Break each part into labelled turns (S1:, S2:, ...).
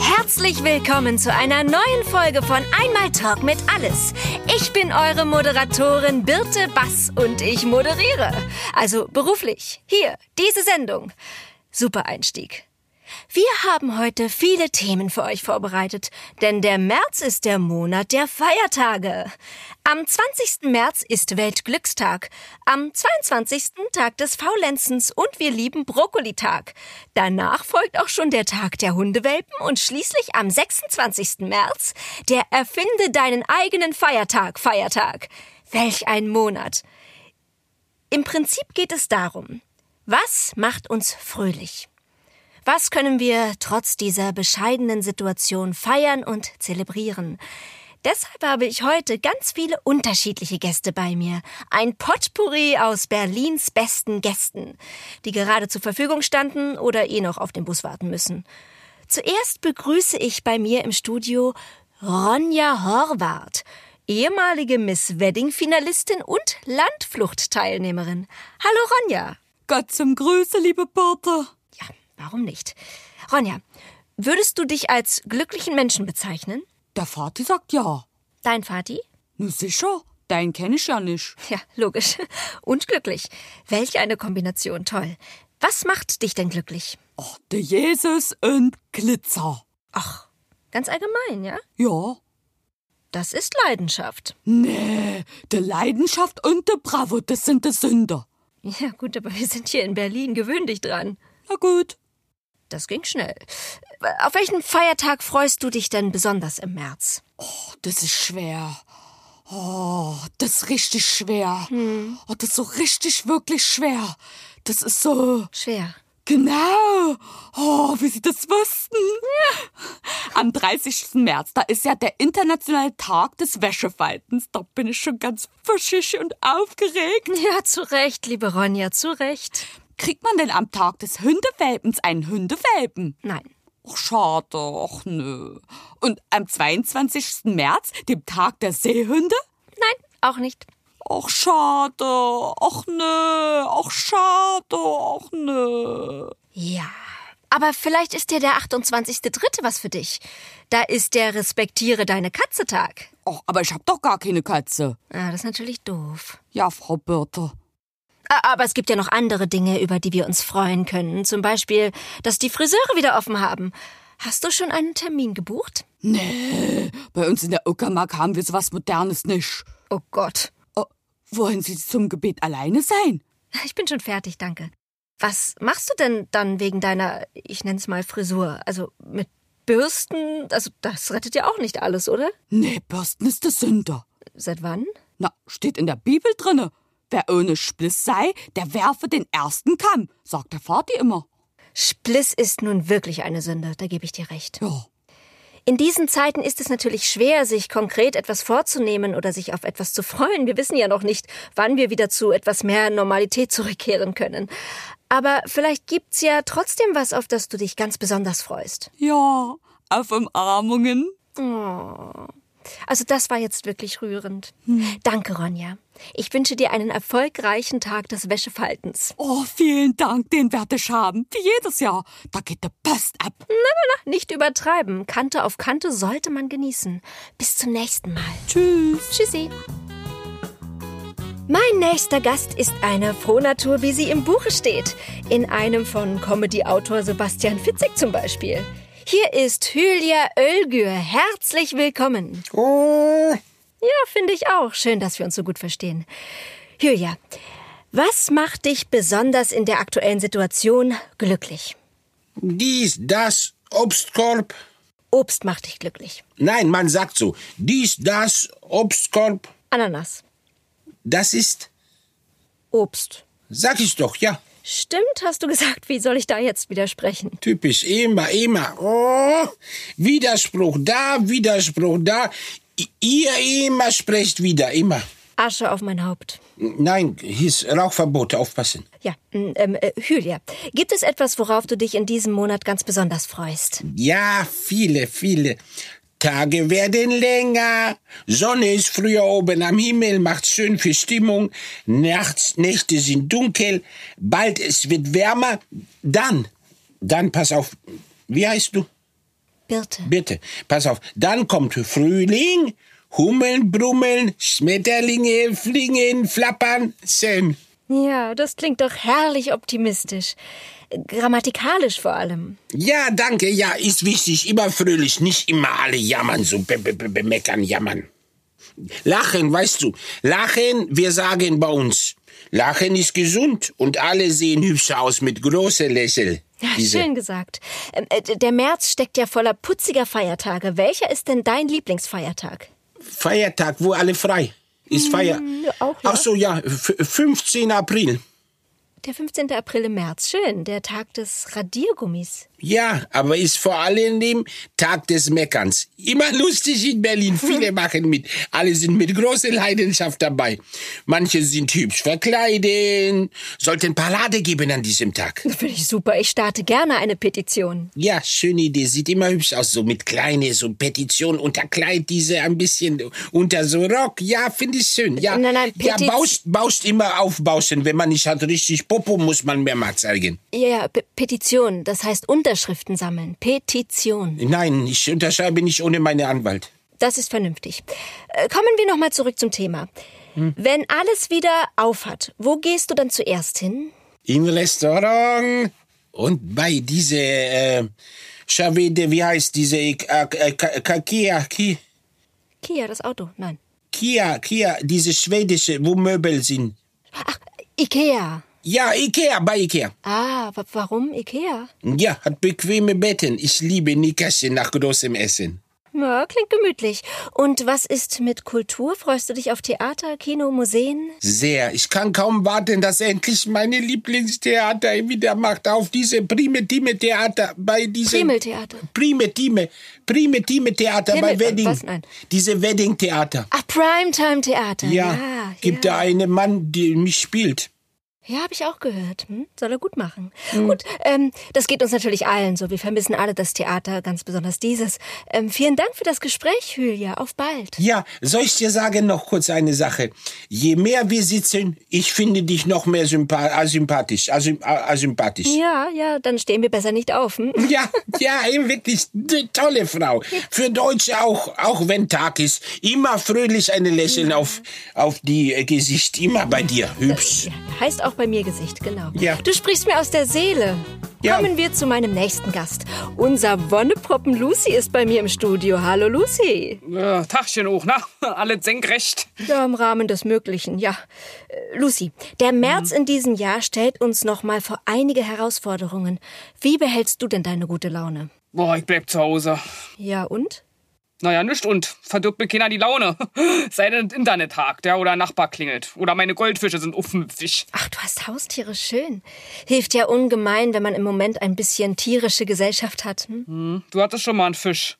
S1: Herzlich willkommen zu einer neuen Folge von Einmal Talk mit Alles. Ich bin eure Moderatorin Birte Bass und ich moderiere. Also beruflich. Hier, diese Sendung. Super Einstieg. Wir haben heute viele Themen für euch vorbereitet, denn der März ist der Monat der Feiertage. Am 20. März ist Weltglückstag, am 22. Tag des Faulenzens und wir lieben Brokkolitag. Danach folgt auch schon der Tag der Hundewelpen und schließlich am 26. März der Erfinde deinen eigenen Feiertag Feiertag. Welch ein Monat. Im Prinzip geht es darum, was macht uns fröhlich? Was können wir trotz dieser bescheidenen Situation feiern und zelebrieren? Deshalb habe ich heute ganz viele unterschiedliche Gäste bei mir. Ein Potpourri aus Berlins besten Gästen, die gerade zur Verfügung standen oder eh noch auf den Bus warten müssen. Zuerst begrüße ich bei mir im Studio Ronja Horvath, ehemalige Miss Wedding-Finalistin und Landfluchtteilnehmerin. Hallo Ronja!
S2: Gott zum Grüße, liebe Birte.
S1: Ja, warum nicht? Ronja, würdest du dich als glücklichen Menschen bezeichnen?
S2: Der Vati sagt ja.
S1: Dein Vati?
S2: Nu sicher, dein kenn ich ja nicht.
S1: Ja, logisch. Und glücklich. Welch eine Kombination, toll. Was macht dich denn glücklich?
S2: Ach, der Jesus und Glitzer.
S1: Ach, ganz allgemein, ja?
S2: Ja,
S1: Das ist Leidenschaft.
S2: nee, der Leidenschaft und der Bravo, das sind die Sünder.
S1: Ja, gut, aber wir sind hier in Berlin, gewöhn dich dran.
S2: Na gut,
S1: Das ging schnell. Auf welchen Feiertag freust du dich denn besonders im März?
S2: oh, das ist schwer. Oh, das ist richtig schwer. Oh, das ist so richtig, wirklich schwer. Das ist so...
S1: Schwer.
S2: Genau. Oh, wie Sie das wussten. Am 30. März, da ist ja der internationale Tag des Wäschefaltens. Da bin ich schon ganz fischig und aufgeregt.
S1: Ja, zu Recht, liebe Ronja, zu Recht.
S2: Kriegt man denn am Tag des Hundewelpens einen Hundewelpen?
S1: Nein.
S2: Ach, schade. Ach, nö. Und am 22. März, dem Tag der Seehunde?
S1: Nein, auch nicht.
S2: Ach, schade. Ach, nö. Ach, schade. Ach, nö.
S1: Ja. Aber vielleicht ist dir der 28.3. was für dich. Da ist der Respektiere deine Katze-Tag.
S2: Ach, aber ich hab doch gar keine Katze.
S1: Ah, das ist natürlich doof.
S2: Ja, Frau Birte.
S1: A- Aber es gibt ja noch andere Dinge, über die wir uns freuen können. Zum Beispiel, dass die Friseure wieder offen haben. Hast du schon einen Termin gebucht?
S2: Nee, bei uns in der Uckermark haben wir sowas Modernes nicht.
S1: Oh Gott.
S2: Oh, wollen Sie zum Gebet alleine sein?
S1: Ich bin schon fertig, danke. Was machst du denn dann wegen deiner, ich nenn's mal Frisur? Also mit Bürsten, also das rettet ja auch nicht alles, oder?
S2: Nee, Bürsten ist der Sünder.
S1: Seit wann?
S2: Na, steht in der Bibel drinne. Wer ohne Spliss sei, der werfe den ersten Kamm, sagt der Vati immer.
S1: Spliss ist nun wirklich eine Sünde, da gebe ich dir recht.
S2: Ja,
S1: In diesen Zeiten ist es natürlich schwer, sich konkret etwas vorzunehmen oder sich auf etwas zu freuen. Wir wissen ja noch nicht, wann wir wieder zu etwas mehr Normalität zurückkehren können. Aber vielleicht gibt's ja trotzdem was, auf das du dich ganz besonders freust.
S2: ja, auf Umarmungen.
S1: Also das war jetzt wirklich rührend. Danke, Ronja. Ich wünsche dir einen erfolgreichen Tag des Wäschefaltens.
S2: Oh, vielen Dank, den werde ich haben, wie jedes Jahr. Da geht der Post ab.
S1: Nicht übertreiben. Kante auf Kante sollte man genießen. Bis zum nächsten Mal.
S2: Tschüss.
S1: Tschüssi. Mein nächster Gast ist eine Frohnatur, wie sie im Buche steht. In einem von Comedy-Autor Sebastian Fitzek zum Beispiel. Hier ist Hülya Ölgür. Herzlich willkommen.
S3: Oh,
S1: Ja, finde ich auch. Schön, dass wir uns so gut verstehen. Hülya, was macht dich besonders in der aktuellen Situation glücklich?
S3: Dies, das, Obstkorb.
S1: Obst macht dich glücklich.
S3: Nein, man sagt so. Dies, das, Obstkorb.
S1: Ananas.
S3: Das ist,
S1: Obst.
S3: sag ich doch, ja.
S1: Stimmt, hast du gesagt. Wie soll ich da jetzt widersprechen?
S3: Typisch, immer, immer. Oh, Widerspruch da, Widerspruch da. I- Ihr immer sprecht wieder, immer.
S1: Asche auf mein Haupt.
S3: Nein, hieß Rauchverbot, aufpassen.
S1: Ja, m, ähm, äh, Hülya, gibt es etwas, worauf du dich in diesem Monat ganz besonders freust?
S3: Ja, viele, viele. Tage werden länger. Sonne ist früher oben am Himmel, macht schön für Stimmung. Nachts, Nächte sind dunkel. Bald es wird wärmer. Dann, dann pass auf. Wie heißt du?
S1: Birte.
S3: Bitte, pass auf. Dann kommt Frühling, Hummeln, Brummeln, Schmetterlinge, Flingen, Flappern, Sam.
S1: Ja, das klingt doch herrlich optimistisch. Grammatikalisch vor allem.
S3: Ja, danke, ja, ist wichtig. Immer fröhlich, nicht immer alle jammern, so be be be bemeckern, jammern. Lachen, weißt du, lachen, wir sagen bei uns. Lachen ist gesund und alle sehen hübsch aus mit großer Lächeln.
S1: Ja,
S3: Diese-
S1: schön gesagt. Ähm, äh, Der März steckt ja voller putziger Feiertage. Welcher ist denn dein Lieblingsfeiertag?
S3: Feiertag, wo alle frei. Ist Feier.
S1: ja, Mm, auch, ja.
S3: Ach so, ja, f- 15. April.
S1: Der 15. April im März. Schön, der Tag des Radiergummis.
S3: Ja, aber ist vor allem dem Tag des Meckerns. Immer lustig in Berlin. Viele machen mit. Alle sind mit großer Leidenschaft dabei. Manche sind hübsch verkleiden. Sollten Parade geben an diesem Tag.
S1: Finde ich super. Ich starte gerne eine Petition.
S3: Ja, schöne Idee. Sieht immer hübsch aus. So mit kleine, so Petition unter Kleid, diese ein bisschen unter so Rock. Ja, finde ich schön. Ja,
S1: Nein, nein,
S3: ja
S1: Peti-
S3: baust, baust immer aufbauschen. Wenn man nicht hat richtig Popo, muss man mehr mal zeigen.
S1: Ja, ja, Pe- Petition. Das heißt Unterschriften sammeln. Petition.
S3: Nein, ich unterschreibe nicht ohne meine Anwalt.
S1: Das ist vernünftig. Äh, Kommen wir nochmal zurück zum Thema.
S3: Hm.
S1: Wenn alles wieder auf hat, wo gehst du dann zuerst hin?
S3: Im Restaurant und bei diese äh, Chavede, wie heißt diese äh, äh, Ka- Ka- Kia, Ki-
S1: Kia, das Auto. Nein.
S3: Kia, Kia, diese schwedische, wo Möbel sind.
S1: Ach, Ikea.
S3: Ja, Ikea, bei Ikea.
S1: Ah, wa- warum Ikea?
S3: Ja, hat bequeme Betten. Ich liebe Nickerchen nach großem Essen.
S1: Ja, klingt gemütlich. Und was ist mit Kultur? Freust du dich auf Theater, Kino, Museen?
S3: Sehr. Ich kann kaum warten, dass endlich meine Lieblingstheater wieder macht auf diese primitime Theater bei diesem
S1: Primeltheater.
S3: primitime primitime Theater bei
S1: Himmel, äh,
S3: Wedding.
S1: was? Nein.
S3: Diese Wedding Theater.
S1: Ach, Primetime-Theater.
S3: Ja,
S1: Ah, ja
S3: gibt da einen Mann, der mich spielt.
S1: Ja, habe ich auch gehört. Hm? Soll er gut machen.
S3: Hm.
S1: Gut, ähm, das geht uns natürlich allen so. Wir vermissen alle das Theater, ganz besonders dieses. Ähm, vielen Dank für das Gespräch, Julia. Auf bald.
S3: Ja, soll ich dir sagen noch kurz eine Sache? Je mehr wir sitzen, ich finde dich noch mehr sympa- asympathisch. Asym a- asympathisch.
S1: Ja, ja, dann stehen wir besser nicht auf. Hm?
S3: Ja, ja, ey, wirklich eine tolle Frau. Für Deutsche auch, auch wenn Tag ist, immer fröhlich ein Lächeln auf, auf die äh, Gesicht, immer bei dir, hübsch.
S1: Ja, heißt auch bei mir Gesicht, genau.
S3: Ja.
S1: Du sprichst mir aus der Seele.
S3: Ja.
S1: Kommen wir zu meinem nächsten Gast. Unser Wonneproppen Lucy ist bei mir im Studio. Hallo Lucy.
S4: Ja, Tachchen hoch, na, alle senkrecht.
S1: Ja, im Rahmen des Möglichen, ja. Äh, Lucy, der März in diesem Jahr stellt uns nochmal vor einige Herausforderungen. Wie behältst du denn deine gute Laune?
S4: Boah, ich bleib zu Hause.
S1: Ja, und?
S4: Naja, nischt und verdirbt mir keiner die Laune. Sei denn das Internet hakt, ja, oder ein Nachbar klingelt. Oder meine Goldfische sind Uffenfisch.
S1: Ach, du hast Haustiere, schön. Hilft ja ungemein, wenn man im Moment ein bisschen tierische Gesellschaft hat. Hm?
S4: Du hattest schon mal einen Fisch.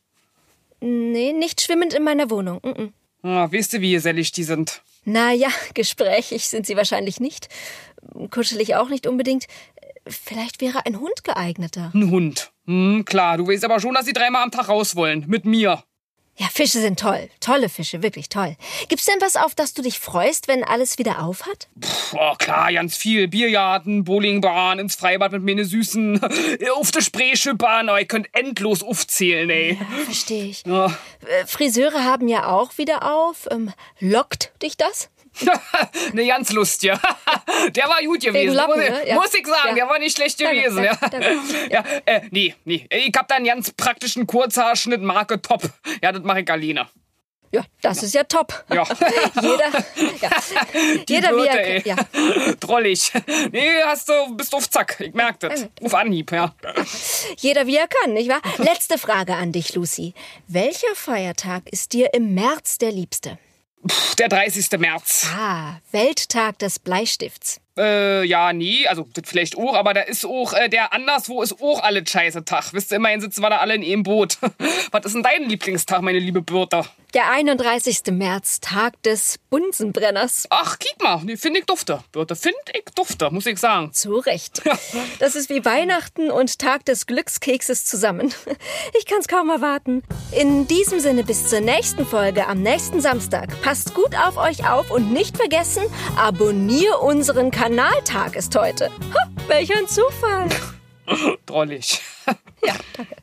S1: Nee, nicht schwimmend in meiner Wohnung. Mm -mm.
S4: Ah, weißt du, wie gesellig die sind?
S1: Naja, gesprächig sind sie wahrscheinlich nicht. Kuschelig auch nicht unbedingt. Vielleicht wäre ein Hund geeigneter.
S4: Ein Hund. Hm, klar, du weißt aber schon, dass sie dreimal am Tag raus wollen. Mit mir.
S1: Ja, Fische sind toll. Tolle Fische, wirklich toll. Gibt's denn was, auf das du dich freust, wenn alles wieder auf hat?
S4: Boah, oh, klar, ganz viel. Biergarten, Bowlingbahn, ins Freibad mit meine Süßen. Auf die Spree schippern. Oh, ihr könnt endlos aufzählen, ey. Ah.
S1: Verstehe ich.
S4: Ja.
S1: Äh, Friseure haben ja auch wieder auf. Ähm, lockt dich das?
S4: Eine ganz Lust, ja. Der war gut
S1: Wegen
S4: gewesen.
S1: Lappen,
S4: muss,
S1: ne?
S4: ich-
S1: Ja.
S4: muss ich sagen,
S1: Ja.
S4: der war nicht schlecht
S1: Danke,
S4: gewesen.
S1: danke,
S4: ja.
S1: danke.
S4: Ja, äh, nee, nee. Ich hab da einen ganz praktischen Kurzhaarschnitt, Marke Top. Ja, das mache ich alleine.
S1: Ja, das ist ja top.
S4: Ja.
S1: Jeder, ja.
S4: Die
S1: Jeder wie
S4: Birte,
S1: er
S4: ey.
S1: kann. Ja.
S4: Drollig. Nee, hast du, bist auf Zack. Ich merk das.
S1: Äh.
S4: Auf Anhieb, ja.
S1: Jeder wie er kann, nicht wahr? Letzte Frage an dich, Lucy. Welcher Feiertag ist dir im März der liebste?
S4: Pff, Der 30. März.
S1: Ah, Welttag des Bleistifts.
S4: Äh, ja, nee. Also, das vielleicht auch, aber da ist auch äh, der anderswo ist auch alle scheiße Tag. Wisst ihr, immerhin sitzen wir da alle in ihrem Boot. Was ist denn dein Lieblingstag, meine liebe Birte?
S1: Der 31. März, Tag des Bunsenbrenners.
S4: Ach, kick mal, die finde ich dufte. Birte, finde ich dufte, muss ich sagen.
S1: Zu Recht. Das ist wie Weihnachten und Tag des Glückskekses zusammen. Ich kann's kaum erwarten. In diesem Sinne bis zur nächsten Folge am nächsten Samstag. Passt gut auf euch auf und nicht vergessen, abonnier unseren Kanal Tag ist heute. Ha, welch ein Zufall.
S4: Drollig.
S1: Ja, danke.